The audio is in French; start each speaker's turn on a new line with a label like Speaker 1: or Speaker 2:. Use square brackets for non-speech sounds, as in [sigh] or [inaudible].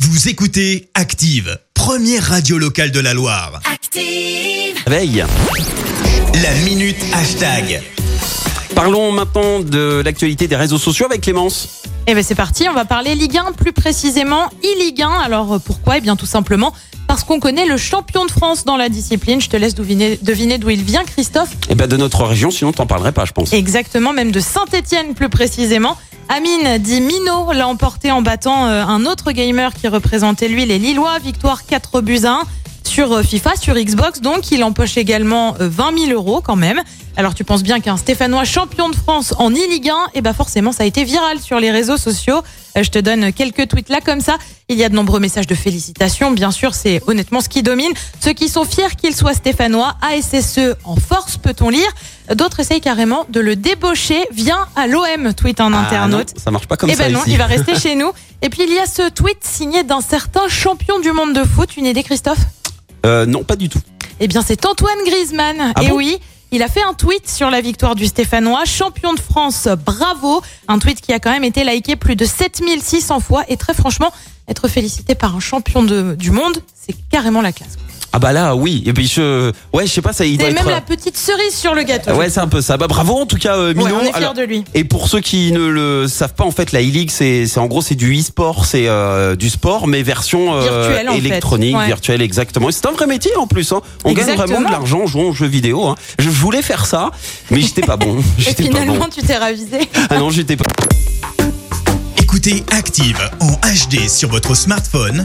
Speaker 1: Vous écoutez Active, première radio locale de la Loire.
Speaker 2: Active.
Speaker 3: Veille.
Speaker 1: La minute hashtag.
Speaker 3: Parlons maintenant de l'actualité des réseaux sociaux avec Clémence.
Speaker 4: Eh bien c'est parti, on va parler Ligue 1, plus précisément e-Ligue 1. Alors euh, pourquoi Eh bien tout simplement parce qu'on connaît le champion de France dans la discipline. Je te laisse deviner, deviner d'où il vient, Christophe.
Speaker 3: Eh ben de notre région, sinon t'en parlerais pas, je pense.
Speaker 4: Exactement, même de Saint-Étienne plus précisément. Amine dit Mino l'a emporté en battant euh, un autre gamer qui représentait lui les Lillois. Victoire 4 buts à 1 sur euh, FIFA, sur Xbox. Donc il empoche également euh, 20 000 euros quand même. Alors tu penses bien qu'un Stéphanois champion de France en e-Ligue 1, et ben forcément ça a été viral sur les réseaux sociaux. Euh, Je te donne quelques tweets là comme ça. Il y a de nombreux messages de félicitations. Bien sûr, c'est honnêtement ce qui domine. Ceux qui sont fiers qu'il soit stéphanois, ASSE E en force, peut-on lire. D'autres essayent carrément de le débaucher. Viens à l'OM, tweet un
Speaker 3: Ah,
Speaker 4: internaute.
Speaker 3: non, ça marche pas comme
Speaker 4: Eh
Speaker 3: ça
Speaker 4: ben non,
Speaker 3: ici.
Speaker 4: il va rester chez nous. Et puis il y a ce tweet signé d'un certain champion du monde de foot. Une idée, Christophe
Speaker 3: Euh, non, pas du tout.
Speaker 4: eh bien, c'est Antoine Griezmann.
Speaker 3: Ah
Speaker 4: et
Speaker 3: bon
Speaker 4: oui, il a fait un tweet sur la victoire du Stéphanois, champion de France, bravo. Un tweet qui a quand même été liké plus de 7600 fois. Et très franchement, être félicité par un champion de- du monde, c'est carrément la classe.
Speaker 3: Ah bah là, oui. Et puis je, ouais, je sais pas, ça il doit
Speaker 4: C'est même
Speaker 3: être.
Speaker 4: la petite cerise sur le gâteau.
Speaker 3: Ah Ouais, c'est un peu ça. Bah bravo en tout cas, euh,
Speaker 4: Ouais,
Speaker 3: Minon.
Speaker 4: on est fiers
Speaker 3: Alors,
Speaker 4: de lui.
Speaker 3: Et pour ceux qui ne le savent pas, en fait, la e-league, c'est, c'est en gros, c'est du e-sport, c'est euh, du sport, mais version euh,
Speaker 4: Virtuelle, en fait.
Speaker 3: électronique,
Speaker 4: Ouais.
Speaker 3: virtuelle, exactement. Et c'est un vrai métier en plus. Hein. On
Speaker 4: Exactement.
Speaker 3: gagne vraiment de l'argent en jouant aux jeux vidéo. Hein. Je voulais faire ça, mais j'étais pas
Speaker 4: [laughs]
Speaker 3: bon.
Speaker 4: Et
Speaker 3: J'étais pas
Speaker 4: finalement,
Speaker 3: bon.
Speaker 4: tu t'es ravisé.
Speaker 3: Ah non, j'étais pas.
Speaker 1: Écoutez Active en HD sur votre smartphone,